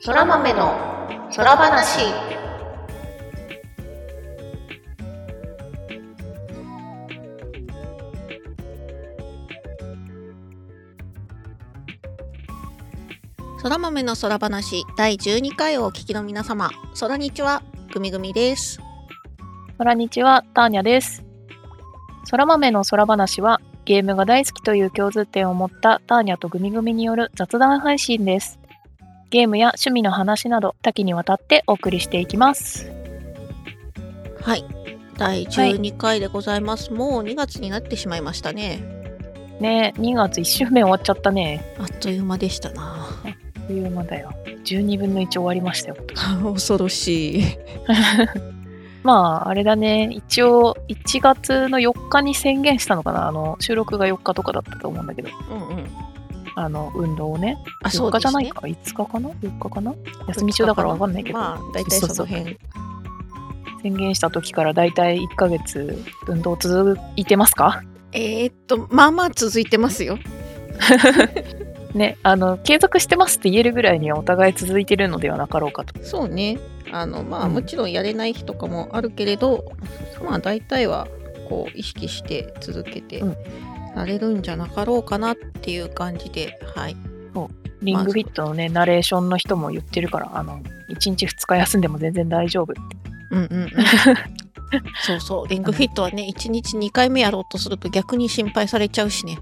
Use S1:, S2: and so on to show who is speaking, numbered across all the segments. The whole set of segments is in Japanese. S1: そら豆の空話
S2: そら豆の空話第12回をお聞きの皆様、そらにちは、ぐみぐみです。
S3: 空にちは、ターニャです。空豆の空話は、ゲームが大好きという共通点を持ったターニャとグミグミによる雑談配信です。ゲームや趣味の話など多岐にわたってお送りしていきます。
S2: はい。第12回でございます。もう2月になってしまいましたね。
S3: ねえ、2月1週目終わっちゃったね。
S2: あっという間でしたな。
S3: あっという間だよ。12分の1終わりましたよ。
S2: 恐ろしい。
S3: まあ、あれだね。一応、1月の4日に宣言したのかな。あの、収録が4日とかだったと思うんだけど、
S2: うんうん。
S3: あの、運動をね。
S2: あ、そ
S3: 4
S2: うで
S3: 日じ
S2: す
S3: ゃない
S2: ね。
S3: か、5日かな ?4 日かな休み中だからわかんないけど、
S2: まあ、大体その辺。
S3: 宣言した時からだいたい1ヶ月運動続いてますか
S2: えー、っと、まあまあ続いてますよ。
S3: ね、あの、継続してますって言えるぐらいにはお互い続いてるのではなかろうかと。
S2: そうね。あの、まあ、
S3: うん
S2: もちろんやれない日とかもあるけれど、まあ、大体は、こう、意識して続けて
S3: うん、
S2: やれるんじゃなかろうかなっていう感じで、はい。
S3: リングフィットのね、ナレーションの人も言ってるから、あの、1日2日休んでも全然大丈夫って。
S2: うんうんうん、 そうそうリングフィットはね1日2回目やろうとすると逆に心配されちゃうしね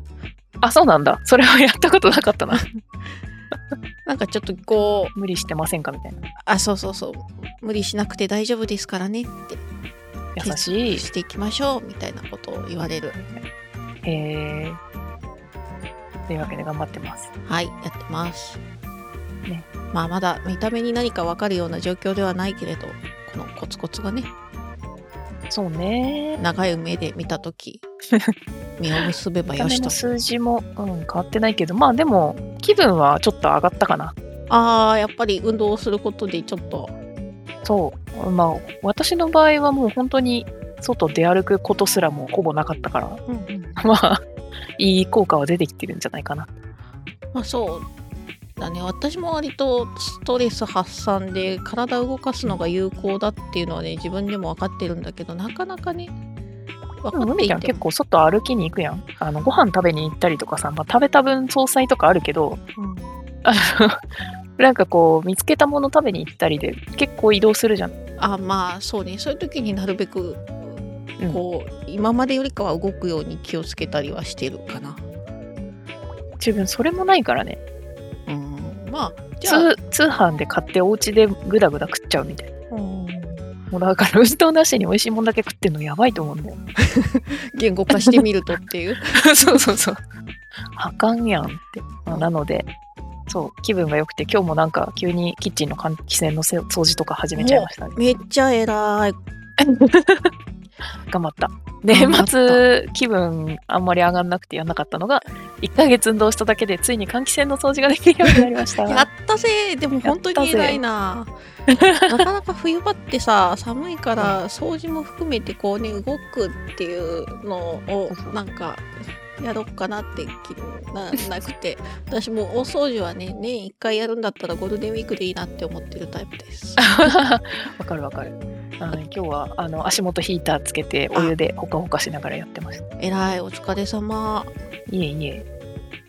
S3: あ、そうなんだ。それはやったことなかっ たな。
S2: なんかちょっとこう
S3: 無理してませんかみたいな。
S2: あそうそうそう無理しなくて大丈夫ですからねって
S3: 優し い。
S2: していきましょうみたいなことを言われる
S3: えー。というわけで頑張ってます。
S2: はいやってます、
S3: ね
S2: まあまだ見た目に何かわかるような状況ではないけれどこのコツコツがね
S3: そうね。
S2: 長い目で見た 時実を結べば
S3: お
S2: よ
S3: 金
S2: しと
S3: の数字も、うん、変わってないけどまあでも気分はちょっと上がったかな
S2: あーやっぱり運動をすることでちょっと
S3: そうまあ私の場合はもう本当に外出歩くことすらもうほぼなかったから まあいい効果は出てきてるんじゃないかな
S2: まあそうだね私も割とストレス発散で体を動かすのが有効だっていうのはね自分でも分かってるんだけどなかなかね分
S3: でも
S2: か
S3: む
S2: って
S3: み
S2: い
S3: ち
S2: て
S3: ゃん
S2: も
S3: 結構外歩きに行くやんあのご飯食べに行ったりとかさ、まあ、食べた分総菜とかあるけど
S2: うん
S3: あの なんかこう見つけたもの食べに行ったりで結構移動するじゃん
S2: あまあそうねそういう時になるべく
S3: うん
S2: こう、今までよりかは動くように気をつけたりはしてるかな。
S3: 自分それもないからね
S2: うん、まあじゃあ、
S3: 通通販で買ってお家でグダグダ食っちゃうみたいな
S2: うん
S3: もうだから運動なしに美味しいもんだけ食ってるのやばいと思うんだよ。
S2: 言語化してみるとっていう。
S3: そうそうそう。あかんやんって。まあなので、そう、気分が良くて、今日もなんか急にキッチンの換気扇のせ掃除とか始めちゃいましたね。
S2: めっちゃ偉い。
S3: 頑張った。
S2: 頑
S3: 年
S2: 張った
S3: 末気分あんまり上がんなくてやんなかったのが、1ヶ月運動しただけでついに換気扇の掃除ができるようになりま した。
S2: やったぜでも本当に偉いななかなか冬場ってさ寒いから掃除も含めてこうね動くっていうのをなんかやろうかなって気にななくて私もお掃除はね年1回やるんだったらゴールデンウィークでいいなって思ってるタイプです。
S3: わかるわかる。あの今日はあの足元ヒーターつけてお湯でほかほかしながらやってました。
S2: 偉いお疲れ様
S3: いえいえ。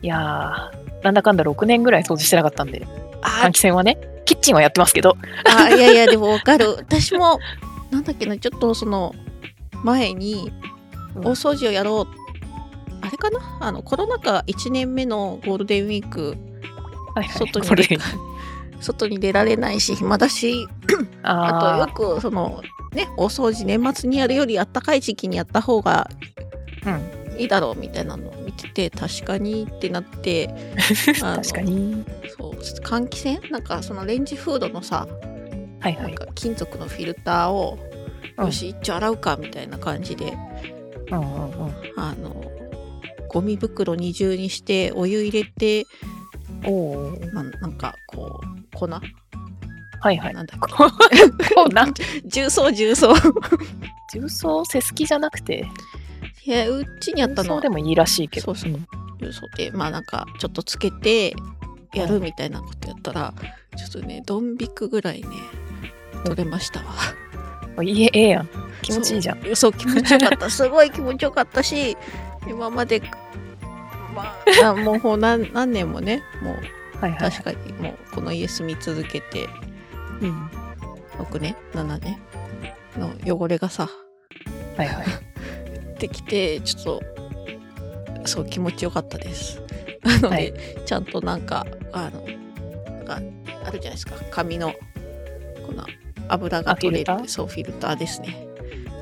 S3: いやー、なんだかんだ6年ぐらい掃除してなかったんで、
S2: あ
S3: 換気扇はね、キッチンはやってますけど、
S2: あいやいやでもわ かる私もなんだっけなちょっとその前に
S3: う
S2: 大
S3: ん
S2: 掃除をやろう、あれかなあのコロナ禍1年目のゴールデンウィーク
S3: はいはい
S2: 外に
S3: これ
S2: 出 外に出られないし暇だしあ
S3: あ
S2: とよくそのねお掃除年末にやるよりあったかい時期にやった方が
S3: と、うん、
S2: いいだろうみたいなのを見てて確かにってなってあの
S3: 確かに。
S2: そう換気扇なんかそのレンジフードのさ
S3: はいは
S2: なん
S3: い。
S2: か金属のフィルターを
S3: うん
S2: よし一丁洗うかみたいな感じで、
S3: うんうんうん。
S2: あのゴミ袋二重にしてお湯入れて、
S3: おおー。
S2: まあ、なんかこう粉なんだ
S3: はいはい。
S2: っけ
S3: こうな
S2: 重曹重曹
S3: 重曹せすきじゃなくて、
S2: いやうちにあった
S3: 重曹
S2: の
S3: でもいいらしいけど。
S2: そうそうん重曹でまあなんかちょっとつけてやるみたいなことやったら、ちょっとね、ドン引くぐらいね、取れましたわ。
S3: おいえ、ええやん。気持ちいいじゃん。
S2: そうそう気持ちよかったすごい気持ちよかったし今まで、まあ、 なもうほう何何年もねもう
S3: はいはい。
S2: 確かにもうこの家住み続けて
S3: うん。
S2: 6年7年の汚れがさ
S3: はいはい。
S2: できてちょっとそう気持ちよかったです。なので、
S3: はい
S2: ちゃんとなんかあのなんかあるじゃないですか髪のこの油が取れ
S3: あフィルター
S2: るそうフィルターですね、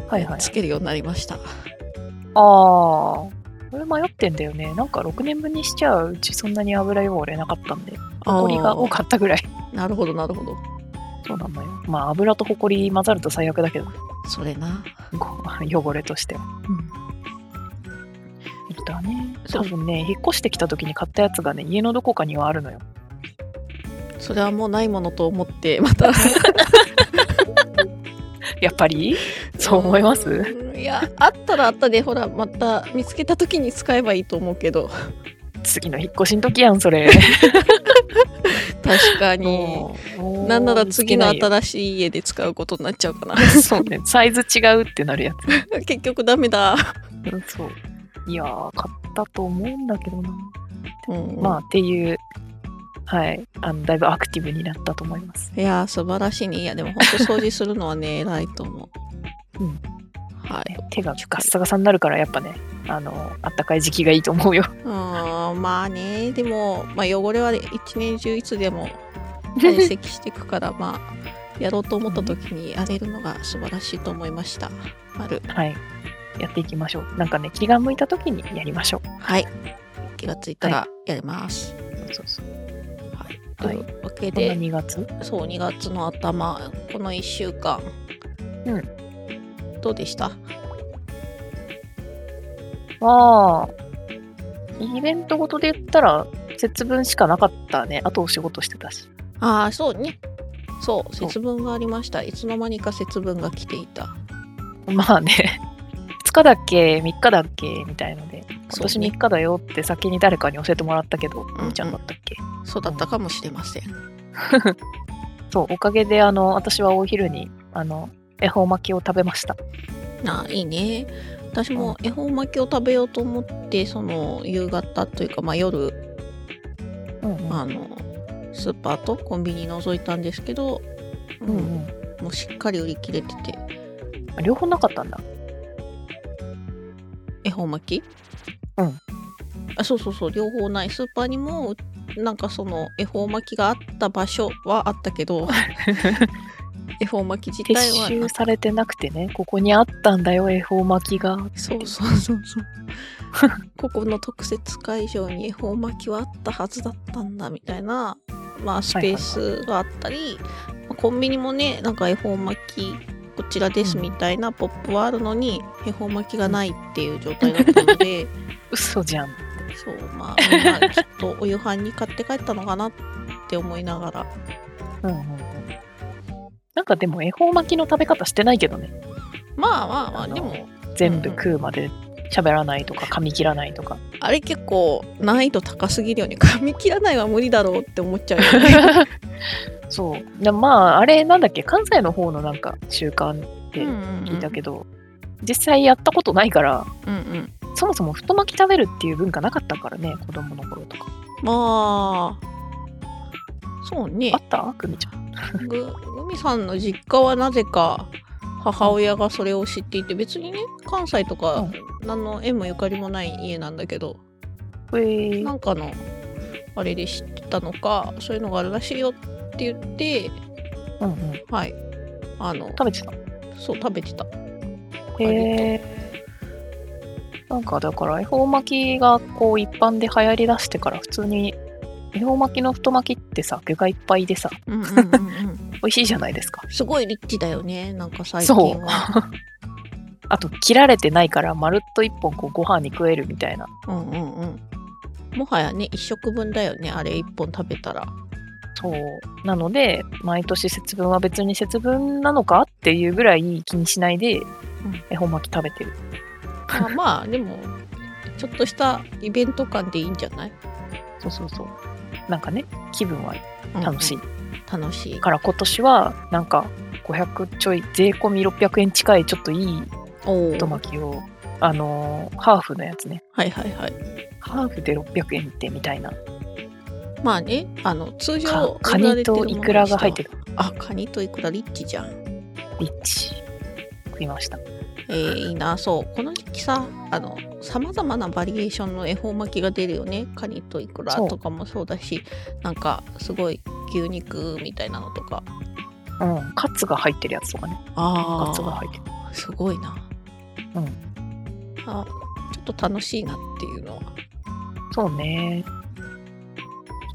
S3: はい はい
S2: つ。けるようになりました。
S3: ああ。これ迷ってんだよね。なんか6年分にしちゃううちそんなに油汚れなかったんで、ホコリが多かったぐらい。
S2: なるほどなるほど
S3: そうなんだよ。まあ油とホコリ混ざると最悪だけど、
S2: それな。
S3: こう汚れとしては。
S2: うん
S3: フィルターね。
S2: そ
S3: 多
S2: う
S3: 分ね、引っ越してきた時に買ったやつがね、家のどこかにはあるのよ。
S2: それはもうないものと思ってまた
S3: やっ ぱりそう思います
S2: うんいやあったらあったでほらまた見つけた時に使えばいいと思うけ ど
S3: 次の引っ越しの時やん、それ。
S2: 確かに
S3: おー
S2: なんなら次の
S3: 見つけないよ
S2: 新しい家で使うことになっちゃうかな
S3: そうね、サイズ違うってなるや
S2: 結局ダメだ、
S3: つ。そう。いやー、買ったと思うんだけどな。
S2: うん
S3: まあ、っていう、はい、あの、だいぶアクティブになったと思います。
S2: いやー素晴らしいねいやでも本当掃除するのはね 偉いと思う、
S3: うん
S2: はい
S3: ね手がガッサガサになるから、やっぱね、あの、あったかい時期がいいと思うよ。
S2: うーんまあねでも、まあ、汚れはね一年中いつで も堆積していくからまあやろうと思った時にやれるのが素晴らしいと思いました。まる
S3: はい。やっていきましょう。なんかね、気が向いた時にやりましょう。
S2: はい気がついたらやります。
S3: そうそうそう。
S2: と
S3: はいいう
S2: わけ
S3: こんな
S2: で
S3: 2月
S2: そう2月の頭この1週間、
S3: う
S2: どうでした
S3: は、イベントごとで言ったら、節分しかなかったね。あとお仕事してたし。
S2: ああそうねそう
S3: そう
S2: 節分がありましたいつの間にか節分が来ていた。
S3: まあね、2日だ っけ、3日だっけみたいので、今年
S2: そうね
S3: 3日だよって先に誰かに教えてもらったけど、
S2: ん
S3: みーちゃんだったっけ
S2: そうだったかもしれません。
S3: そう、おかげで、あの、私はお昼に、あの、恵方巻きを食べました。
S2: あいいね私も恵方巻きを食べようと思ってその夕方というか、まあ、夜
S3: うんうん。
S2: あのスーパーとコンビニ覗いたんですけど、う
S3: うんんうん
S2: もうしっかり売り切れてて
S3: あ両方なかったんだ。
S2: 恵方巻き
S3: うん
S2: あそうそうそう両方ないスーパーにもなんかその恵方巻きがあった場所はあったけ ど恵方巻き自
S3: 撤
S2: 体は
S3: 収されてなくてね、ここにあったんだよ、恵方巻きが。
S2: そうそうそうそうここの特設会場に恵方巻きはあったはずだったんだみたいな、まあ、スペースがあったり、まあコンビニもねなんか恵方巻きこちらですみたいなポップはあるのに恵方巻きがないっていう状態だったので
S3: 嘘じゃん。
S2: そうまあみんなきっとお夕飯に買って帰ったのかなって思いながら
S3: うんうんうん。なんかでも恵方巻きの食べ方してないけどね。
S2: まあまあまあ
S3: あの
S2: でも
S3: 全部
S2: うんうん
S3: 食うまで喋らないと か噛み切らないとか。
S2: あれ結構難易度高すぎるよね噛み切らないは無理だろうって思っちゃうよね。
S3: そう。でまあ、あれなんだっけ、関西の方のなんか習慣って聞いたけど、実際やったことないから、
S2: うんうんうん
S3: そもそも太巻き食べるっていう文化なかったからね、子供の頃とか。
S2: まあそうね
S3: あったくみちゃん。
S2: ぐぐみさんの実家はなぜか母親がそれを知っていて別にね関西とか何の縁もゆかりもない家なんだけど
S3: えー、
S2: なんかのあれで知ってたのかそういうのがあるらしいよって言って
S3: うんうん。
S2: はいあの
S3: 食べてた。
S2: そう食べてた
S3: えー、なんかだから、恵方巻きがこう一般で流行りだしてから、普通に恵方巻きの太巻きってさ、具がいっぱいでさ、
S2: うんうんうんうん
S3: 美味しいじゃないですか。
S2: すごいリッチだよねなんか最近
S3: そう
S2: は。
S3: あと、切られてないから、まるっと一本こうご飯に食えるみたいな。
S2: うんうんうんもはやね一食分だよねあれ一本食べたら
S3: そうなので毎年節分は別に節分なのかっていうぐらい気にしないで恵方巻き食べてる
S2: まあまあでもちょっとしたイベント感でいいんじゃない
S3: そうそうそうなんかね気分は楽しい、
S2: 楽しい
S3: だから今年はなんか500ちょい税込み600円近いちょっといい
S2: おー
S3: 太巻きをあのーハーフのやつね
S2: はいはいはい
S3: ハーフで600円ってみたいな
S2: まあねあの通
S3: か
S2: 常
S3: カニとイクラが入って
S2: る
S3: る
S2: あカニとイクラリッチじゃん
S3: リッチ食いました
S2: えーいいなそうこの時期さあのさまざまなバリエーションの恵方巻きが出るよねカニとイクラ
S3: そう
S2: とかもそうだしなんかすごい牛肉みたいなのとか
S3: うんカツが入ってるやつとかねカ
S2: あ
S3: ツが入
S2: あ
S3: ってる
S2: すごいな
S3: うん
S2: あちょっと楽しいなっていうのは、
S3: そうね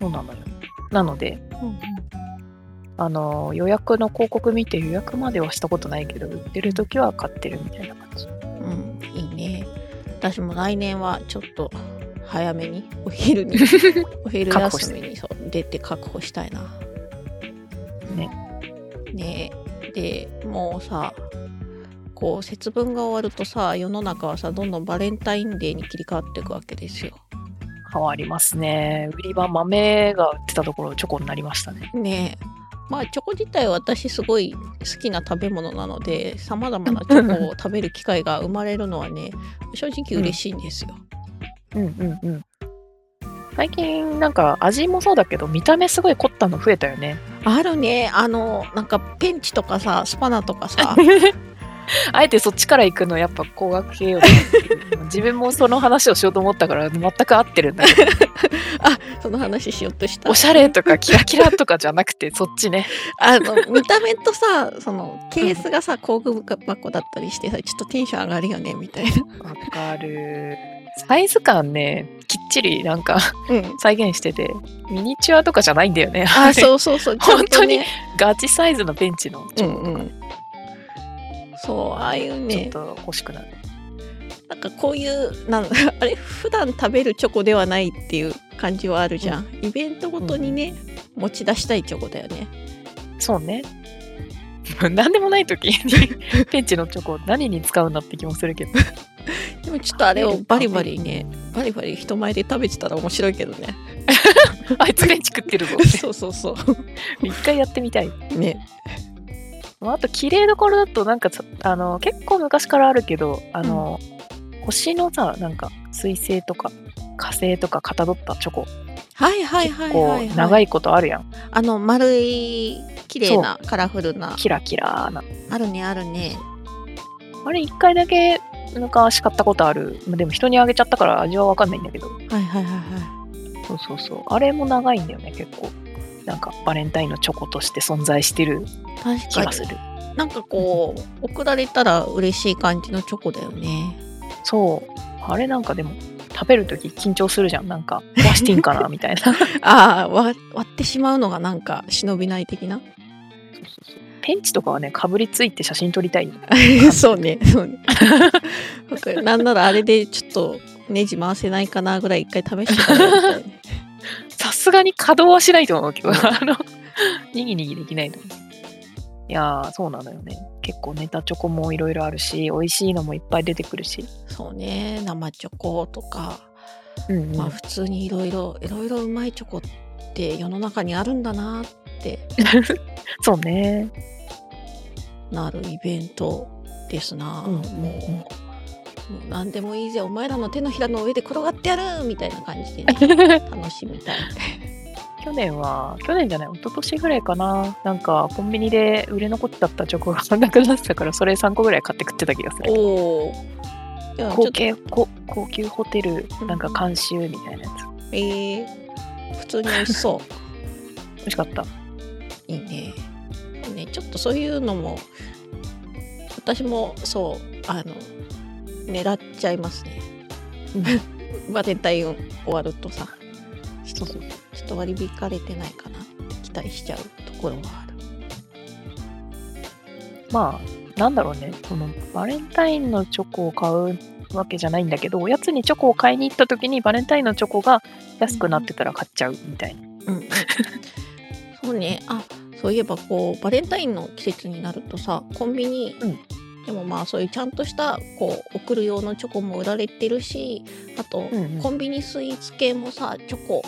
S3: そうなのよなのであの予約の広告見て予約まではしたことないけど売ってる時は買ってるみたいな感じ
S2: うん、いいね。私も来年はちょっと早めにお昼 にお昼
S3: 確保し
S2: 休
S3: て
S2: みにそう出て確保したいな。
S3: ね。
S2: ねでもうさこう節分が終わるとさ世の中はさどんどんバレンタインデーに切り替わっていくわけですよ。
S3: 変わりますね売り場豆が売ってたところチョコになりましたね
S2: ねえまあチョコ自体は私すごい好きな食べ物なのでさまざまなチョコを食べる機会が生まれるのはね正直嬉しいんですよ。
S3: うんうんうん最近なんか味もそうだけど見た目すごい凝ったの増えたよ ね
S2: あるねあのなんかペンチとかさスパナとか さ
S3: あえてそっちから行くのやっぱ工学系よ自分もその話をしようと思ったから全く合ってるんだけど
S2: その話しようとした
S3: おしゃれとかキラキラとかじゃなくてそっちね
S2: あの見た目とさそのケースがさ工具箱だったりしてさちょっとテンション上がるよねみたいな、
S3: わかるサイズ感ねきっちりなんか
S2: うん、
S3: 再現しててミニチュアとかじゃないんだよね
S2: あ
S3: う
S2: そうそうそうちゃんとね
S3: ガチサイズのベンチの
S2: うんうんそうああいう
S3: ちょっ
S2: ね
S3: と欲しくなる、
S2: なんかこういうなんあれ普段食べるチョコではないっていう感じはあるじゃん、イベントごとにね、持ち出したいチョコだよね
S3: そうね 何でもない時に ベンチのチョコ何に使うんだって気もするけど
S2: でもちょっとあれをバリバリねバリバリ人前で食べてたら面白いけどね
S3: あいつベンチ食ってるぞ
S2: そうそうそ。
S3: 一回やってみたいう
S2: ね。
S3: まああと綺麗どころだとなんかさあの結構昔からあるけどあの、星のさなんか水星とか火星とかかたどったチョコ
S2: はいはい
S3: 結
S2: はいは
S3: 構
S2: い、はい。
S3: 長
S2: い。
S3: いことあるやん、
S2: あの丸い綺麗なカラフルな。
S3: キラキラな
S2: あるねあるね。
S3: あれ一回だけ昔買ったことあるでも人にあげちゃったから味は分かんないんだけど
S2: はいはいはいは
S3: そうそうそうあれも長いんだよね結構なんかバレンタインのチョコとして存在してる
S2: い。
S3: 気
S2: 確
S3: が
S2: か
S3: する
S2: に。なんかこう送られたら嬉しい感じのチョコだよね。
S3: そうあれなんかでも食べるとき緊張するじゃんなんか壊していいんかなみたい な
S2: ああ割ってしまうのがなんか忍びない的な。
S3: ペンチとかはねかぶりついて写真撮りたい
S2: そうねそうね。わかる なんならあれでちょっとネジ回せないかなぐらい一回試してみたいな。
S3: さすがに稼働はしないと思うけどあのにぎにぎできないと思ういやーそうなのよね結構ネタチョコもいろいろあるし美味しいのもいっぱい出てくるし
S2: そうね生チョコとか。
S3: うん、
S2: まあ普通にいろいろいろいろうまいチョコって世の中にあるんだなって
S3: そうね
S2: なるイベントですな、
S3: うんうんうん
S2: もうもう何でもいいぜお前らの手のひらの上で転がってやるみたいな感じで、
S3: 去
S2: 楽しみたい
S3: 年は去年じゃない一昨年ぐらいかななんかコンビニで売れ残っちゃったチョコがなくなってたからそれ3個ぐらい買って食ってた気がする
S2: おおじゃあちょっ
S3: 高
S2: と
S3: 級高高級ホテル
S2: うん
S3: なんか監修みたいなやつ
S2: えー普通に美味しそう
S3: 美味しかった
S2: いいねねちょっとそういうのも私もそうあの狙っちゃいます ねバレンタイン終わるとさ
S3: そうそう
S2: ちょっと割り引かれてないかなって期待しちゃうところはある。
S3: まあなんだろうねそのバレンタインのチョコを買うわけじゃないんだけどおやつにチョコを買いに行った時にバレンタインのチョコが安くなってたら買っちゃうみたいな、
S2: うん、そうねあそういえばこうバレンタインの季節になるとさコンビニ、
S3: うん
S2: でもまあそういうちゃんとしたこう送る用のチョコも売られてるしあと、
S3: うんうん
S2: コンビニスイーツ系もさチョコ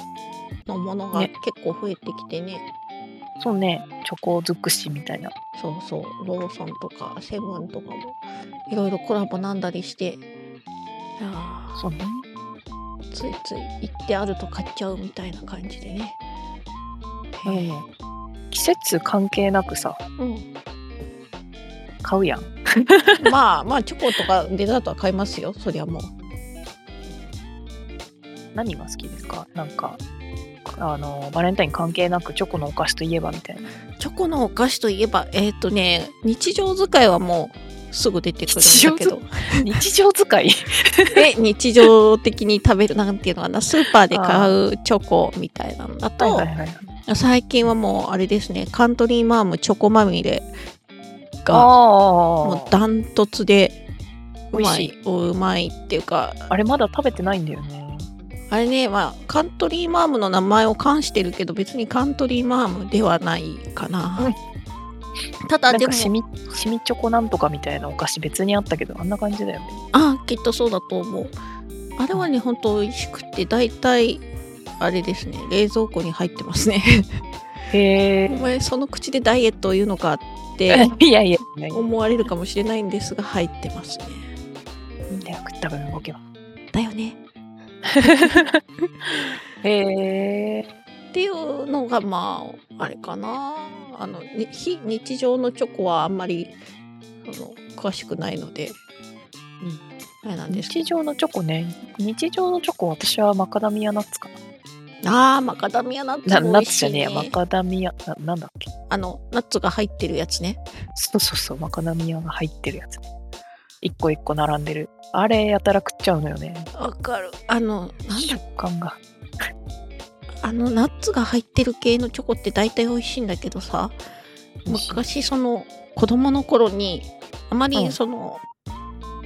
S2: のものが
S3: ね
S2: 結構増えてきてね
S3: そうね、チョコ尽くしみたいな。
S2: そうそうローソンとかセブンとかもいろいろコラボなんだりしていやー
S3: そうね。
S2: ついつい行ってあると買っちゃうみたいな感じでねへ
S3: うん。季節関係なくさ、
S2: ーうん、
S3: 買うやん。
S2: まあまあチョコとかデザートは買いますよそりゃもう
S3: 何が好きですかなんか、あの、バレンタイン関係なくチョコのお菓子といえばみた いな。
S2: チョコのお菓子といえばえっ、とね日常使いはもうすぐ出てくる
S3: 日
S2: んだ
S3: 常
S2: け
S3: 使
S2: ど
S3: い日常使い
S2: で日常的に食べるなんていうのかなスーパーで買うチョコみたいなのだと、
S3: はいはいはい。
S2: 最近はもうあれですねカントリーマームチョコまみれがも
S3: あ
S2: う
S3: あ。
S2: ダントツでうま
S3: 美
S2: いおうまいっていうか
S3: あれまだ食べてないんだよね。
S2: あれねまあカントリーマームの名前を冠してるけど別にカントリーマームではないかな、ただ
S3: なん
S2: で
S3: か
S2: も
S3: シミ、シミチョコなんとかみたいなお菓子別にあったけど、あんな感じだよね。
S2: あきっとそうだと思うあれはねほんと美味しくて大体あれですね冷蔵庫に入ってますね
S3: へ
S2: お 前その口でダイエットを言うのかっ
S3: え
S2: て。
S3: いやいや、いやいや
S2: 思われるかもしれないんですが入ってますね
S3: いいんだよ、食った分動けば。
S2: だよね
S3: へえ。
S2: っていうのがまああれかなあのに非日常のチョコはあんまりその詳しくないので、あれなんですけ
S3: 日
S2: ど
S3: 常のチョコね。日常のチョコ、私はマカダミアナッツか
S2: あーマカダミアナッ
S3: な。
S2: ツも
S3: な
S2: 美
S3: ナッ
S2: 味
S3: ツ
S2: し
S3: じゃ
S2: い、
S3: ねえ
S2: ね
S3: や、マカダミア、ななんだっけ。
S2: あのナッツが入ってるやつね
S3: そうそうそう、マカダミアが入ってるやつ。一個一個並んでる。あれ、やたら食っちゃうのよね。
S2: わかるあのなんだ
S3: 食感が。
S2: あのナッツが入ってる系のチョコって大体美味しいんだけどさ
S3: 美味しい
S2: 昔その子供の頃にあま
S3: うん
S2: りその、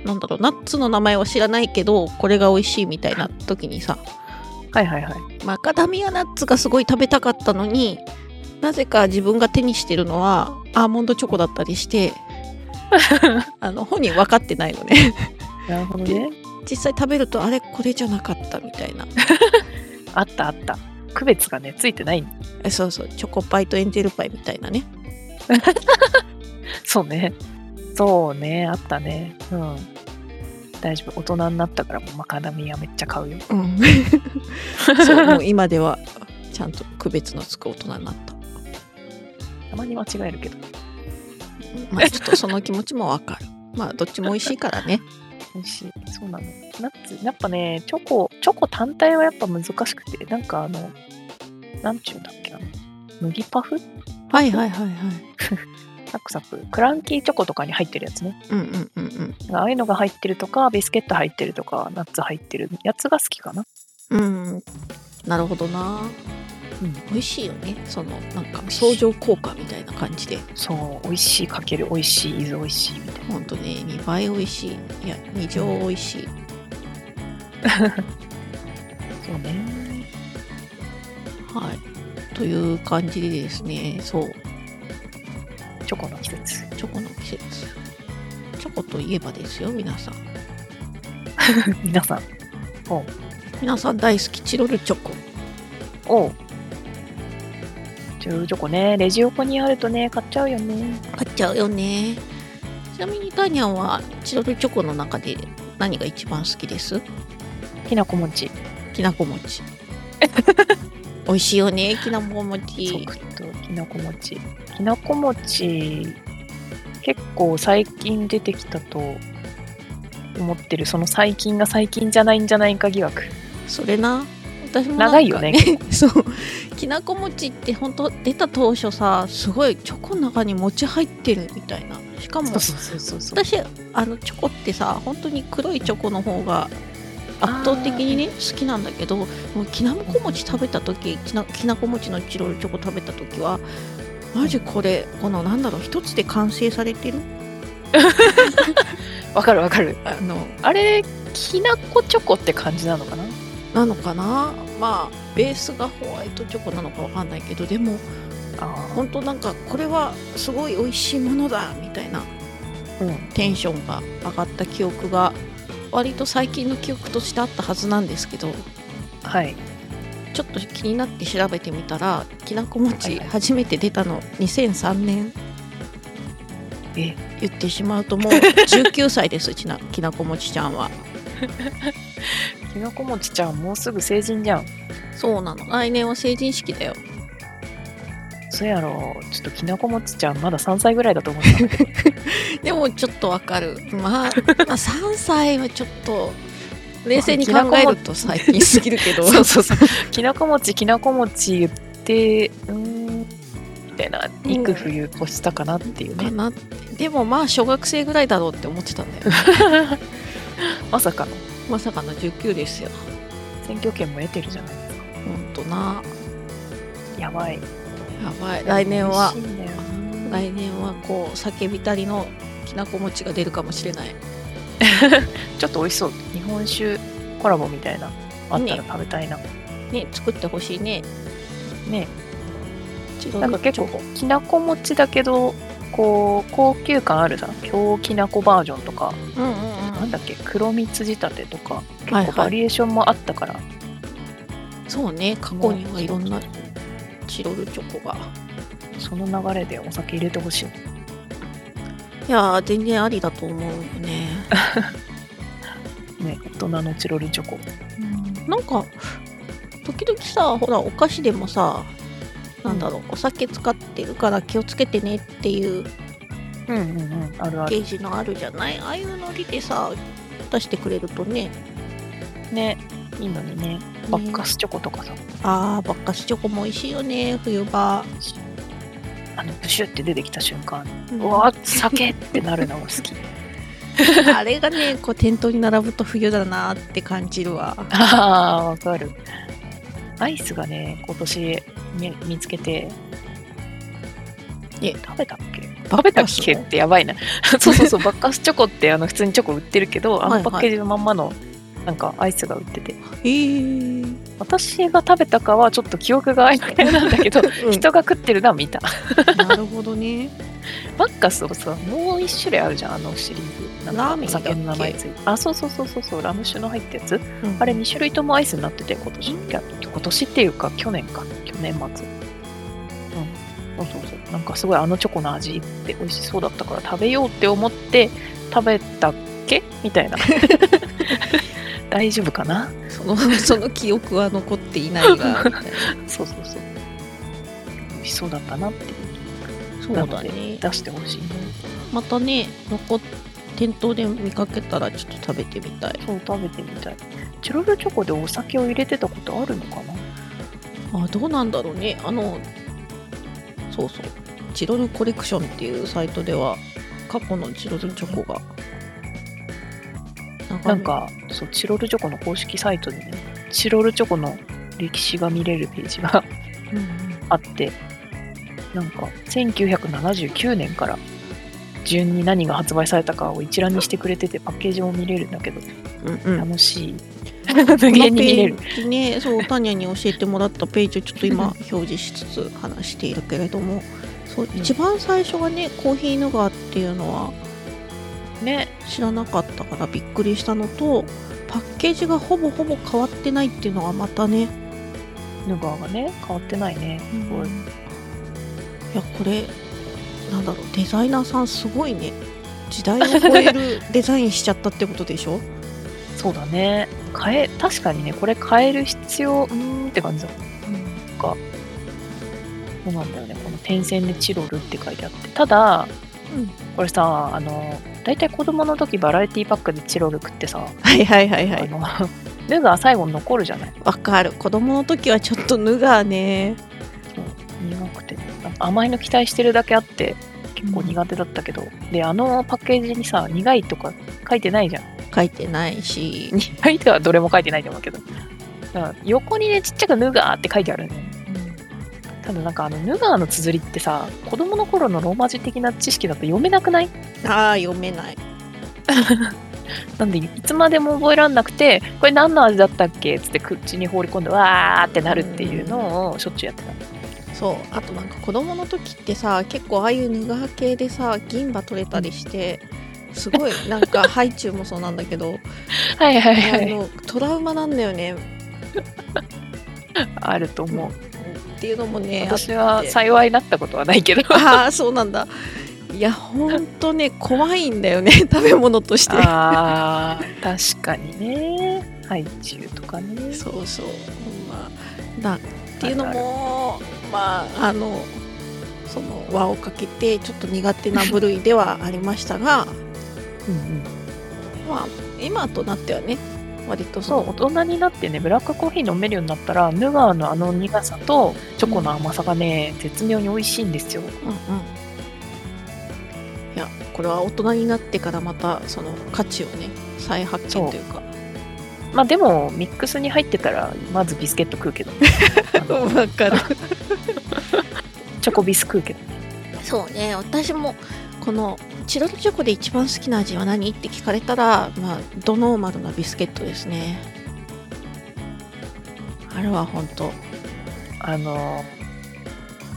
S2: なんだろうナッツの名前は知らないけどこれが美味しいみたいな時にさ
S3: はいはいはい。
S2: マカダミアナッツがすごい食べたかったのになぜか自分が手にしてるのはアーモンドチョコだったりして あの本人分かってないのね
S3: なるほどね。
S2: 実際食べるとあれこれじゃなかったみたいな
S3: あったあった。区別がね、ついてない。
S2: えそうそうチョコパイとエンゼルパイみたいなね
S3: そうね。そうね、あったね。うん。大丈夫。大人になったからもうマカダミアめっちゃ買うよ。
S2: うん、 そうもう今ではちゃんと区別のつく大人になった、
S3: たまに間違えるけど。
S2: まあ、ちょっとその気持ちもわかる まあどっちも美味しいからね
S3: 美味しい。そうなの。ナッツ、やっぱね、チョコ、チョコ単体はやっぱ難しくて、なんかあの、なんちゅうんだっけ、あの、麦パフ
S2: はいはいはいはい
S3: サクサク。クランキーチョコとかに入ってるやつね。
S2: うんうんうんうん
S3: ああいうのが入ってるとか、ビスケット入ってるとか、ナッツ入ってるやつが好きかな。
S2: うんなるほどな、
S3: うん
S2: 美味しいよねそのなんか相乗効果みたいな感じで
S3: そう、美味しいかける美味しい、いず美味しいみたい
S2: ほんとね2倍美味しいいや2乗美味しい
S3: な。そうね。
S2: はいという感じでですねそう
S3: チョコの季節。
S2: チョコの季節チョコといえばですよ皆さん
S3: 皆さん。
S2: 皆さん大好きチロルチョコ
S3: おう。チョロルチョコね、レジ横にあるとね、買っちゃうよね。
S2: 買っちゃうよねちなみにタニャンはチロルチョコの中で何が一番好きです
S3: きなこ餅。
S2: きなこ 餅美味しいよねきなこ餅
S3: 即ときなこ餅。きなこ餅、結構最近出てきたと思ってる、その最近が最近じゃないんじゃないか疑惑。
S2: それな私もなんか
S3: 長いよね。
S2: そうきなこ餅って本当出た当初さすごいチョコの中に餅入ってるみたいなしかも
S3: そうそうそうそう。
S2: 私あのチョコってさ本当に黒いチョコの方が圧倒的にね好きなんだけどもうきなこ餅食べた時きなきなこ餅のチロルチョコ食べた時はマジこれこのなんだろう一つで完成されてる
S3: わかるわかる。
S2: あの
S3: あれ、きなこチョコって感じなのかな
S2: なのかなまあベースがホワイトチョコなのかわかんないけどでも
S3: あ
S2: 本当なんかこれはすごい美味しいものだみたいな
S3: あ、うん。
S2: テンションが上がった記憶が割と最近の記憶としてあったはずなんですけど
S3: はい。
S2: ちょっと気になって調べてみたらきなこ餅初めて出たの2003年
S3: え
S2: 言ってしまうともう19歳ですちなきなこ餅ちゃんは
S3: きなこもちちゃんもうすぐ成人じゃん
S2: そうなの来年は成人式だよ
S3: そやろちょっときなこもちちゃんまだ3歳ぐらいだと思ってたんだけど
S2: でもちょっとわかるまあまあ3歳 はちょっと冷静に考えると最近すぎるけど
S3: そうそうそうきなこもちきなこもち言ってうーんみたいな
S2: うん
S3: 幾冬越したかなっていうね、
S2: かなってでもまあ小学生ぐらいだろうって思ってたんだよね
S3: まさかの
S2: まさかの19ですよ
S3: 選挙権も得てるじゃないですか
S2: ほんとな
S3: やばい
S2: やばい来年は
S3: 嬉しいんだよな
S2: 来年はこう酒びたりのきなこ餅が出るかもしれない
S3: ちょっと美味しそう日本酒コラボみたいなあったら食べたいな、
S2: ね作ってほしいね
S3: ね
S2: ちょ
S3: なんか結構きなこ餅だけどこう高級感あるじゃん京きなこバージョンとか、
S2: うんうんうん
S3: なんだっけ黒蜜仕立てとか
S2: は
S3: 結
S2: い
S3: 構
S2: は
S3: バ
S2: い
S3: リエーションもあったから、
S2: そうね過去にはいろんなチロルチョコが
S3: その流れでお酒入れてほしい
S2: いやー全然ありだと思うよね
S3: ね大人のチロルチョコ
S2: なんか時々さほらお菓子でもさなんだろう、お酒使ってるから気をつけてねっていう
S3: うんうんうんあるあ
S2: ゲ
S3: る
S2: ージのあるじゃないああいうのりでさ出してくれるとね
S3: ねいいのにねバッカスチョコとかさ、
S2: あーバッカスチョコも美味しいよね冬場
S3: あのブシュって出てきた瞬間、
S2: う
S3: うんわ酒ってなるのも好き
S2: あれがねこう店頭に並ぶと冬だなって感じるわ
S3: あーわかるアイスがね今年見見つけて
S2: え
S3: 食べたっけ
S2: バ
S3: 食べたっけってやばいな そうそうそうバッカスチョコってあの普通にチョコ売ってるけど
S2: は
S3: あ
S2: い
S3: の
S2: はい
S3: パッケージのまんまのなんかアイスが売ってて
S2: へー
S3: 私が食べたかはちょっと記憶が曖昧なんだけど 人が食ってるのは見た
S2: なるほどね
S3: バッカスをさもう一種類あるじゃんあのシリーズなんか
S2: ラーメン
S3: お
S2: だっけ
S3: 酒の名前ついてあそうそうそうそうそうラム酒の入ったやつ
S2: うん
S3: あれ2種類ともアイスになってて今年、いや今年っていうか去年か去年末うんそうそうそうなんかすごいあのチョコの味って美味しそうだったから食べようって思って食べたっけみたい な大丈夫かな
S2: その その記憶は残っていないがみたいな
S3: そうそうそう美味しそうだったなって
S2: そう
S3: な
S2: だ
S3: ので
S2: ね
S3: 出してほしいね
S2: またね残っ店頭で見かけたらちょっと食べてみたい
S3: そう食べてみたいチロルチョコでお酒を入れてたことあるのかな
S2: あどうなんだろうねあのそうそうチロルコレクションっていうサイトでは過去のチロルチョコが
S3: なんか、そう、チロルチョコの公式サイトにね、チロルチョコの歴史が見れるページが
S2: うんうん
S3: あって、なんか、1979年から順に何が発売されたかを一覧にしてくれてて、パッケージも見れるんだけど、
S2: うんうん、
S3: 楽しい。 無限に見れる
S2: こ。のページね、 そう、タニアに教えてもらったページをちょっと今表示しつつ話しているけれども、そう、
S3: ん
S2: 一番最初がね、コーヒーヌガーっていうのは
S3: ね。
S2: 知らなかったからびっくりしたのと、パッケージがほぼほぼ変わってないっていうのがまたね、
S3: ヌガーがね、変わってないね。すごい
S2: い。や、これ、なんだろう、デザイナーさんすごいね。時代を超え るデザインしちゃったってことでしょ
S3: そうだね。変え、確かにね、これ変える必要、うーんって感じだ。そうなんだよね。この点線でチロルって書いてあって。ただ、
S2: うん
S3: これさ、あの、大体子供の時バラエティパックでチロル食ってさ、
S2: はいはいはいは
S3: あ
S2: い。
S3: の、 ヌが最後に残るじゃない
S2: わかる。子供の時はちょっとヌガーね。
S3: 苦くて、ね、甘いの期待してるだけあって、結構苦手だったけど、で、あのパッケージにさ、苦いとか書いてないじゃん。
S2: 書いてないし、
S3: 苦いとはどれも書いてないと思うけど。だから横にね、ちっちゃくヌガーって書いてあるんだよね。ただなんかあのヌガーの綴りってさ子供の頃のローマ字的な知識だと読めなくない
S2: ああ読めない
S3: なんでいつまでも覚えらんなくてこれ何の味だったっけつって口に放り込んでわーってなるっていうのをしょっちゅうやってた
S2: そうあとなんか子供の時ってさ結構ああいうヌガー系でさ銀歯取れたりしてすごいなんか ハイチュウもそうなんだけど
S3: はいはい
S2: あ
S3: はい
S2: のトラウマなんだよね
S3: あると思う。
S2: っていうのもね
S3: 私は
S2: あって
S3: 幸いなったことはないけど。
S2: ああそうなんだいやほんとね怖いんだ よね食べ物として
S3: あー確かにね。ハイチュウとかね。
S2: そうそうまあだっていうの
S3: ある
S2: もまああのその輪をかけてちょっと苦手な部類ではありましたが
S3: うん
S2: まあ今となってはね割と
S3: そ
S2: そうう
S3: 大人になってねブラックコーヒー飲めるようになったらヌガーのあの苦さとチョコの甘さがね、絶妙に美味しいんですよ。
S2: うんうんいやこれは大人になってからまたその価値をね再発見というか
S3: まあでもミックスに入ってたらまずビスケット食うけどあ の
S2: 分かる
S3: チョコビス食うけど
S2: そうね私もこのチロルチョコで一番好きな味は何って聞かれたら、まあ、ドノーマルなビスケットですねあれは本当
S3: あの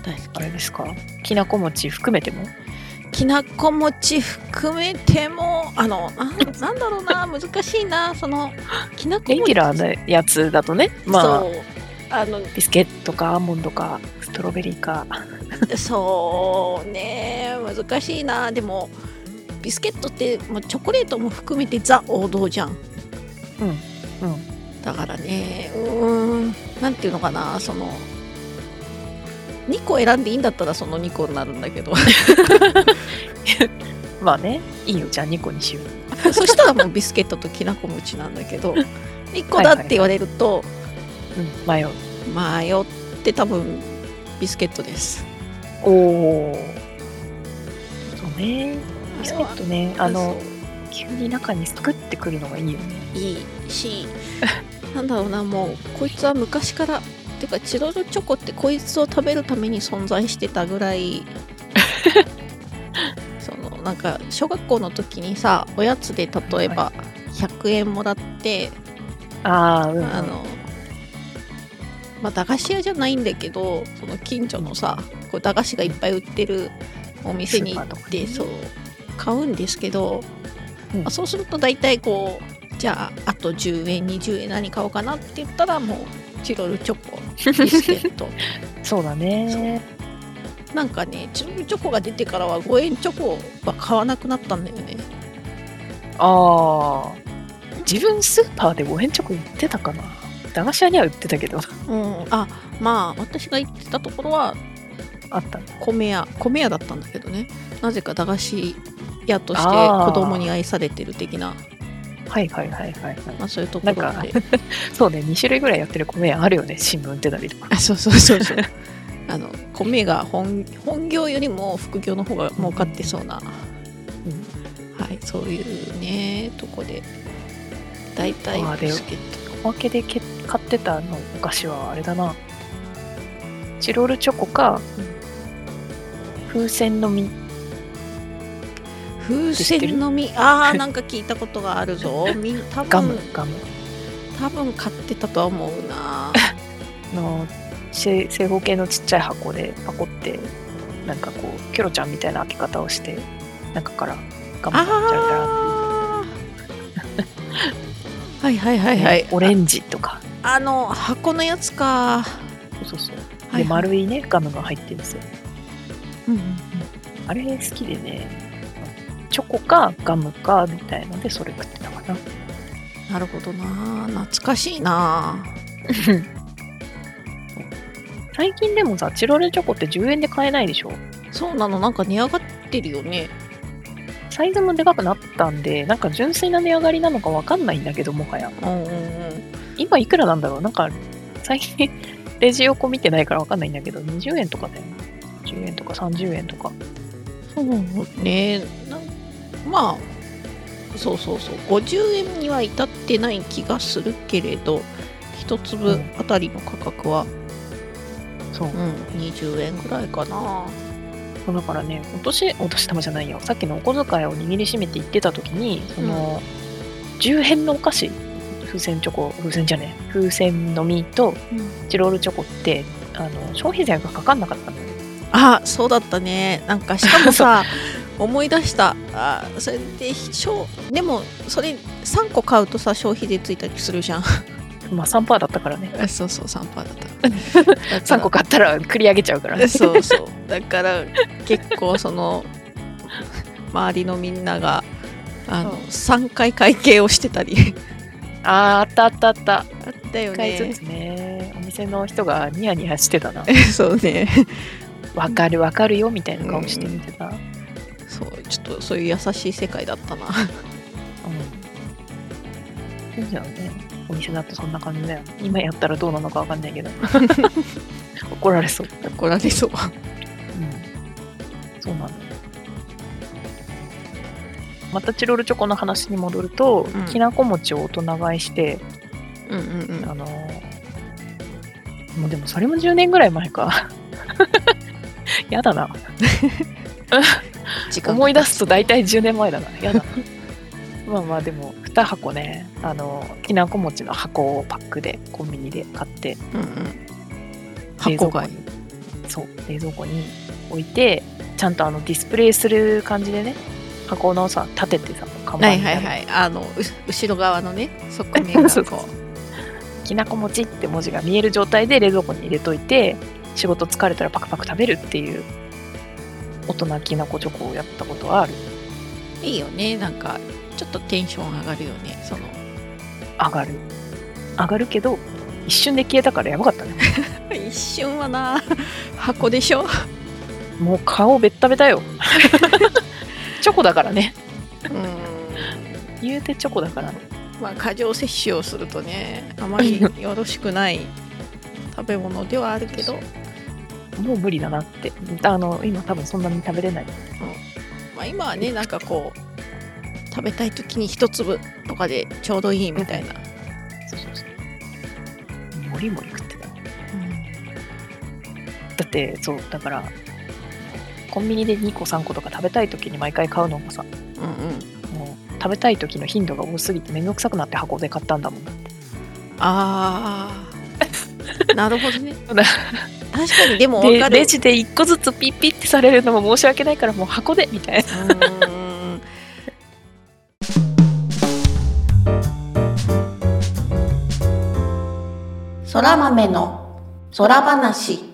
S2: 大
S3: あ
S2: 好
S3: れですかきなこ餅含めても
S2: ききなこ餅含めてもあのなんなんだろうな難しいなそのきなこ
S3: レ
S2: 餅
S3: ギュラーのやつだとねまあ
S2: そうあの
S3: ビスケットかアーモンドかストロベリーか
S2: そうね難しいなでもビスケットって、まあ、チョコレートも含めてザ王道じゃん
S3: うん
S2: だからねうーんなんていうのかなその2個選んでいいんだったらその2個になるんだけ ど
S3: まあねいいよじゃあ2個にしよう
S2: そしたらもうビスケットときなこ餅なんだけど1個だって言われると
S3: うん迷う
S2: 迷って多分ビスケットです
S3: おおそうねビスケットねあの急に中にスクってくるのがいいよね。
S2: いいしなんだろうなもうこいつは昔からてかチロルチョコってこいつを食べるために存在してたぐらい そのなんか小学校の時にさおやつで例えば100円もらって、
S3: ああ、うん。
S2: あのまあ駄菓子屋じゃないんだけどその近所のさこう駄菓子がいっぱい売ってるお店に行
S3: スーパーと
S2: っ
S3: かね
S2: てそう買うんですけど、
S3: うん
S2: まあそうすると大体こうじゃああと10円20円何買おうかなって言ったらもうチロルチョコビスケット
S3: そうだね。
S2: なんかねチロルチョコが出てからは5円チョコは買わなくなったんだよね
S3: ああ。自分スーパーで5円チョコ売ってたかな駄菓子屋には売ってたけど、
S2: うんあまあ私が行ってたところは
S3: あったんだ。
S2: 米屋米屋だったんだけどねなぜか駄菓子屋として
S3: あー
S2: 子供に愛されてる的な
S3: はいはいはいはい、はい。
S2: まあ、そういうところで
S3: なんかそうね、2種類ぐらいやってる米屋あるよね。新聞売ってたりとか。
S2: あそうそうそう そうあの米が本本業よりも副業の方が儲かってそうな、はいそういうねとこで大体
S3: あーで
S2: ビスケット
S3: おまけでけ買ってたのお菓子はあれだな。チロルチョコか、風船の実。
S2: 風船の実ああなんか聞いたことがあるぞみん多
S3: ガム
S2: 分、
S3: ガム
S2: 多分買ってたとは思うな
S3: の正正方形のちっちゃい箱でパコってなんかこうキョロちゃんみたいな開け方をして中からガムがジャラジャラ
S2: あーはいはいはいはい
S3: オレンジとか
S2: ああの箱のやつか
S3: そうそう
S2: はい
S3: で
S2: はい
S3: 丸いねガムが入ってるんですよ
S2: うんうんうん
S3: あれ好きでねチョコかガムかみたいのでそれ食ってたかな
S2: なるほどな懐かしいな
S3: 最近でもさチロルチョコって10円で買えないでしょ
S2: そうなのなんか値上がってるよね
S3: サイズもでかくなったんでなんか純粋な値上がりなのかわかんないんだけどもはや
S2: うんうんうん
S3: 今いくらなんだろうなんか最近 レジ横見てないからわかんないんだけど20円とかだよね10円とか30円とか
S2: そうねなんまあそうそうそう50円には至ってない気がするけれど一
S3: う
S2: 粒
S3: ん
S2: あたりの価格は、
S3: そう
S2: うん、20円ぐらいかな
S3: そうだからねお年お年玉じゃないよさっきのお小遣いを握りしめて言ってた時にその、10円のお菓子風船チョコ風船じゃねえ風船の実とチロルチョコってあの消費税がかかんなかったんだよね
S2: あそうだったねなんかしかも さ思い出したあそれでしょうでもそれ3個買うとさ消費税ついたりするじゃん
S3: まあ3%だったからね
S2: え そうそう3%だっただ
S3: 3個買ったら繰り上げちゃうからね
S2: らそうそうだから結構その周りのみんながあの、
S3: うん
S2: 3回会計をしてたり
S3: あーあったあったあった
S2: あったよ
S3: 1回ず
S2: ね
S3: つねお店の人がニヤニヤしてたな
S2: そうね
S3: わかるわかるよみたいな顔して見てた、うん
S2: そうちょっとそういう優しい世界だったな
S3: そうだよねお店だとそんな感じだよね今やったらどうなのかわかんない けど怒られそう、
S2: 怒られそう
S3: うん、そうなんだまたチロルチョコの話に戻ると、
S2: うん
S3: きなこ餅を大人買いして、
S2: うんうんうん
S3: あのもうでもそれも10年ぐらい前か やだな
S2: 時間が
S3: 思い出すと大体10年前だなやだなまあまあでも2箱ねあのきなこ餅の箱をパックでコンビニで買って
S2: うんうん
S3: 冷蔵
S2: 箱
S3: 庫
S2: がい
S3: に
S2: い
S3: そう冷蔵庫に置いてちゃんとあのディスプレイする感じでね箱のさ立ててさ看
S2: は
S3: 板
S2: い
S3: み
S2: は
S3: た
S2: い
S3: いな
S2: はいあのう後ろ側のね側面 が
S3: そうそう
S2: こ
S3: そうきなこ餅って文字が見える状態で冷蔵庫に入れといて仕事疲れたらパクパク食べるっていう大人きなこチョコをやったことはある
S2: ういいよねなんかちょっとテンション上がるよねその
S3: 上がる上がるけど一瞬で消えたからやばかったね
S2: 一瞬はな箱でしょ、
S3: もう顔ベッタベ タよチョコだからね
S2: うん、
S3: 言うてチョコだから
S2: まあ過剰摂取をするとねあまりよろしくない食べ物ではあるけど、
S3: もう無理だなってあの今多分そんなに食べれない
S2: まあ、今はねなんかこう食べたい時に一粒とかでちょうどいいみたいな、
S3: そうそうそうもりもり食ってただってそうだからコンビニで2個3個とか食べたい時に毎回買うのがさ
S2: うん、うんうん
S3: もう食べたい時の頻度が多すぎて面倒くさくなって箱で買ったんだもん
S2: あ あなるほどね
S3: そうだ
S2: 確かにでも分
S3: で
S2: かる
S3: レジで1個ずつピッピッてされるのも申し訳ないからもう箱でみたいな
S2: うーん
S1: そら豆の空話。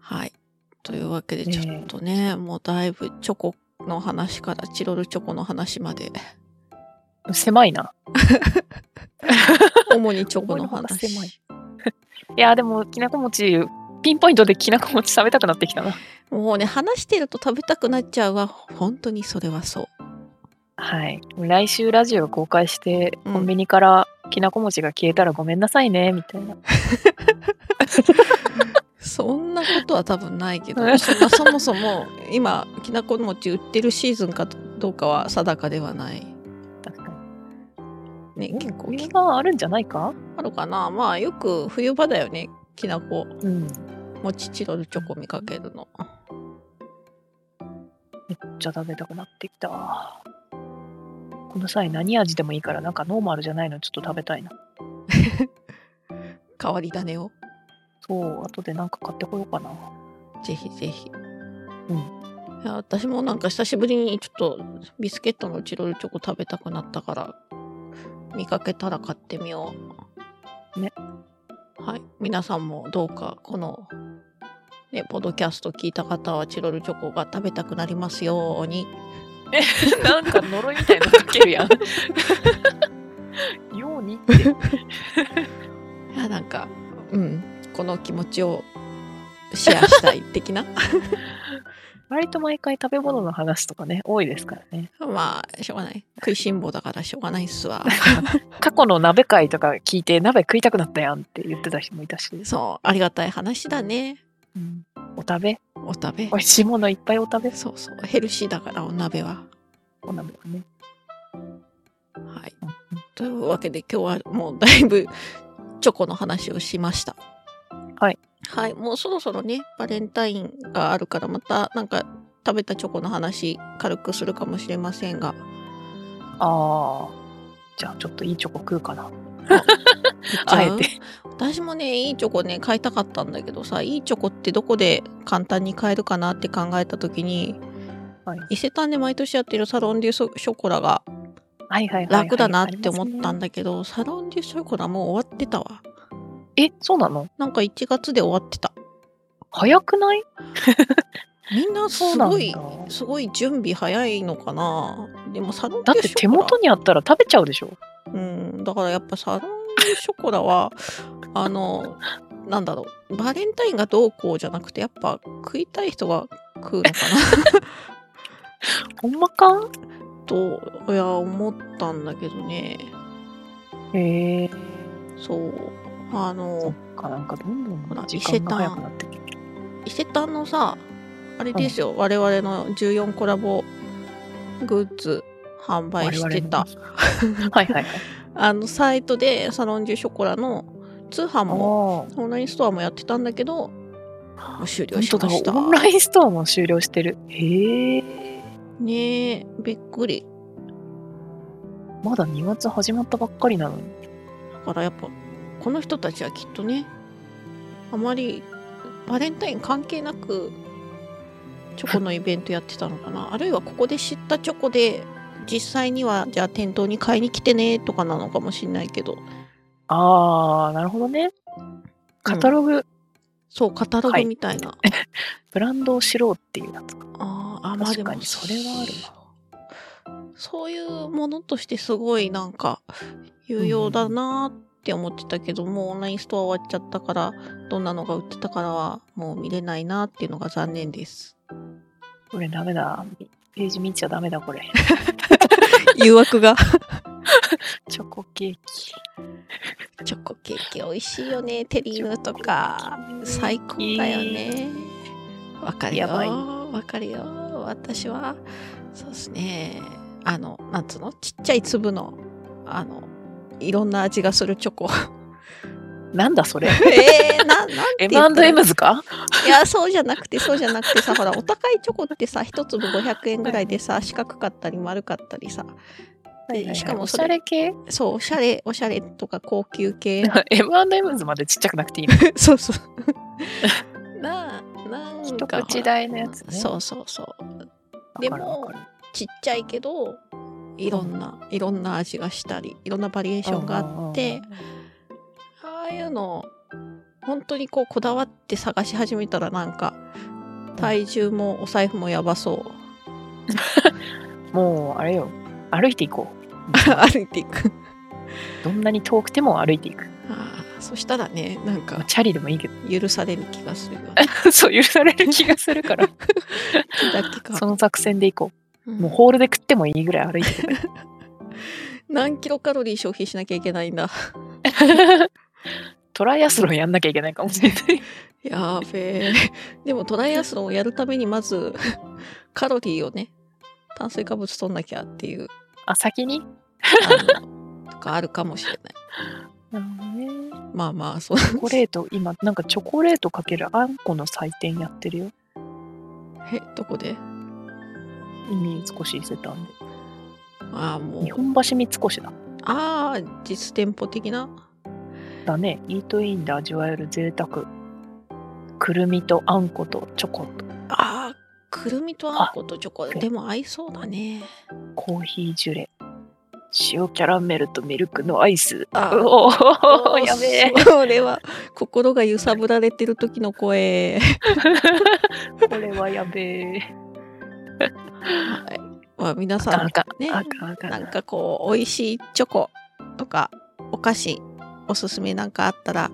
S2: はいというわけで
S3: ね
S2: ちょっとねもうだいぶチョコの話からチロルチョコの話まで
S3: 狭いな
S2: 主にチョコの
S3: 思いのほか狭い
S2: 話
S3: いやでもきなこ餅ピンポイントできなこ餅食べたくなってきたな
S2: もうね話してると食べたくなっちゃうわ本当にそれはそう
S3: はい来週ラジオ公開して
S2: うん
S3: コンビニからきなこ餅が消えたらごめんなさいねみたいな
S2: そんなことは多分ないけど
S3: うん
S2: そんなそもそも今きなこ餅売ってるシーズンかどうかは定かではない
S3: 確か
S2: ね
S3: に
S2: 結構
S3: 冬があるんじゃないか
S2: あるかなまあよく冬場だよねきなこ
S3: うん
S2: 餅チロルチョコ見かけるの
S3: じゃ食べたくなってきたわこの際何味でもいいからなんかノーマルじゃないのちょっと食べたいな
S2: 変わり種を
S3: そう後でなんか買ってこようかな
S2: ぜひぜひ、
S3: うん
S2: いや私もなんか久しぶりにちょっとビスケットのチロルチョコ食べたくなったから見かけたら買ってみよう
S3: ね
S2: はい皆さんもどうかこのねポッドキャスト聞いた方はチロルチョコが食べたくなりますように
S3: なんか呪いみたいなのかけるやん ようにって
S2: いやなんかうんこの気持ちをシェアしたい的 な
S3: 割と毎回食べ物の話とかね多いですからね
S2: まあしょうがない食いしん坊だからしょうがないっすわ
S3: 過去の鍋会とか聞いて鍋食いたくなったやんって言ってた人もいたし、
S2: そうありがたい話だね
S3: うんお食べ
S2: お食べ
S3: 美味しいものいっぱいお食べ
S2: そうそうヘルシーだからお鍋は
S3: お鍋はね
S2: はい
S3: うん
S2: というわけで今日はもうだいぶチョコの話をしました
S3: はい
S2: はいもうそろそろねバレンタインがあるからまたなんか食べたチョコの話軽くするかもしれませんが
S3: ああじゃあちょっといいチョコ食うかな
S2: 言っち
S3: あ
S2: ゃ
S3: え
S2: う
S3: て
S2: 私もねいいチョコね買いたかったんだけどさいいチョコってどこで簡単に買えるかなって考えた時に、
S3: はい
S2: 伊勢丹で毎年やってるサロン・デュ・ショコラが
S3: はいはいはいはい。
S2: 楽だなって思ったん
S3: だ。
S2: だけど、サロンデュショイコラもう終わってたわ。
S3: え、そうなの
S2: なんか1月で終わってた。
S3: 早くない
S2: みんなす
S3: そうなん
S2: ごい
S3: だ。、
S2: すごい準備早いのかな。でもサロンデ
S3: だっ
S2: ュ
S3: て
S2: シ
S3: 手
S2: ョコラ
S3: 元にあったら食べちゃうでしょ
S2: うん、だからやっぱサロンデュショコラ はあのなんだろうバレンタインがどうこうじゃなくてやっぱ食いたい人が食うのか
S3: ほんまか
S2: なといや思ったんだけどね
S3: へえ。
S2: そうあ
S3: そっ
S2: の
S3: か、なんかどんど
S2: ほら
S3: ん時間が早くなってきて。
S2: 伊勢丹のさあれですよ、我々の14コラボグッズ販売してた
S3: 我 々のはいはいはい。
S2: あのサイトでサロンデュショコラの通販
S3: あ
S2: も
S3: ー
S2: オンラインストアもやってたんだけどもう終了
S3: 本
S2: し
S3: 当
S2: ました
S3: だ、オンラインストアも終了してる。へえ。
S2: ねえびっくり
S3: まだ2月始まったばっかりなのに。
S2: だからやっぱこの人たちはきっとねあまりバレンタイン関係なくチョコのイベントやってたのかなあるいはここで知ったチョコで実際にはじゃあ店頭に買いに来てねとかなのかもしんないけど
S3: あー、なるほどね。カタログ、
S2: そうカタロ
S3: は
S2: グ
S3: い
S2: みたいな、
S3: ブランドを知ろうっていうやつか。
S2: あーあまあ
S3: 確
S2: で
S3: か
S2: も
S3: にそれはある
S2: そういうものとしてすごいなんか有用だなーって思ってたけど、もうオンラインストア終わっちゃったからどんなのが売ってたからはもう見れないなーっていうのが残念 です。
S3: これダメだ。ページ見ちゃダメだ、 これ。
S2: 誘惑が
S3: チョコケーキ。
S2: チョコケーキ美味しいよねテリーヌとか
S3: チョコケー
S2: 最高だよね。わかるよ
S3: やばい
S2: わかるよ私はそうですねあのなんつうのちっちゃい粒のあのいろんな味がするチョコ。
S3: キ。なんだそれ。
S2: えー、ななんて言ったら
S3: M&M ズか
S2: いやそうじゃなくてそうじゃなくてさほらお高いチョコってさ一粒500円ぐらいでさ四角かったり丸かったりさでしかも
S3: お
S2: そ
S3: しゃ
S2: れ
S3: れ系
S2: そうおしゃれおしゃれとか高級系
S3: ?M&M ズまでちっちゃくなくていいの。
S2: そう そうなあなんか
S3: 一口大のやつね。
S2: そうそうそうで
S3: わかるわ
S2: も
S3: かる
S2: ちっちゃいけどいろんな、いろんな味がしたりいろんなバリエーションがあってああいうの本当にこうこだわって探し始めたらなんか体重もお財布もやばそう
S3: もう、あれよ。歩いていこ
S2: 歩いていく
S3: う。どんなに遠くても歩いていく。
S2: ああそしたらねなん
S3: まあ
S2: か
S3: チャリでもいいけど。
S2: 許される気がする よね
S3: そう、許される気がするから。
S2: 気だけ
S3: そ
S2: か、
S3: の作戦でいこ
S2: う
S3: う。
S2: ん
S3: もうホールで食ってもいいぐらい歩いていく。
S2: 何キロカロリー消費しなきゃいけないん だ
S3: トライアスロンやんなきゃいけないかもしれない。
S2: やーべえでもトライアスロンをやるためにまずカロリーをね炭水化物取んなきゃっていう
S3: あ、先に
S2: あのとかあるかもしれない
S3: なるほどね。
S2: まあまあそう
S3: チョコレート、今、なんかチョコレートかけるあんこの祭典やってるよ。
S2: えどこで
S3: 海少し伊勢丹で。
S2: ああもう
S3: 日本橋三越だ。
S2: ああ実店舗的な
S3: だね。イートインで味わえる贅沢。くるみとあんことチョコと
S2: ああくるみとあんことチョコでも合いそうだね
S3: コーヒージュレ。塩キャラメルとミルクのアイス。
S2: あ
S3: うお
S2: お
S3: ー
S2: ー
S3: やべえ。
S2: それは心が揺さぶられてる時の声。
S3: これはやべ え。
S2: はい。まあ皆
S3: あかん
S2: さ
S3: あか
S2: んね
S3: ん。、あかんあかん
S2: なんかこう美味しいチョコとかお菓子おすすめなんかあったら、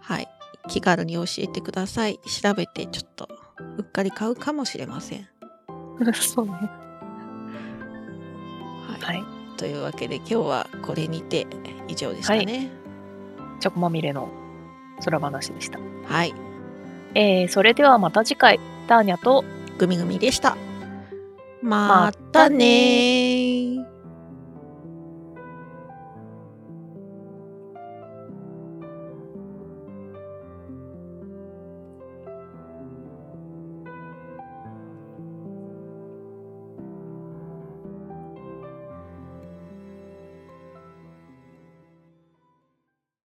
S2: はい、気軽に教えてください。調べてちょっとうっかり買うかもしれません。
S3: そうね。
S2: はい。
S3: はい。
S2: というわけで今日はこれにて以上ですかね。
S3: チョコまみれの空話でした。
S2: はい。
S3: えー、それではまた次回。ターニャと
S2: グミグミでした。またねー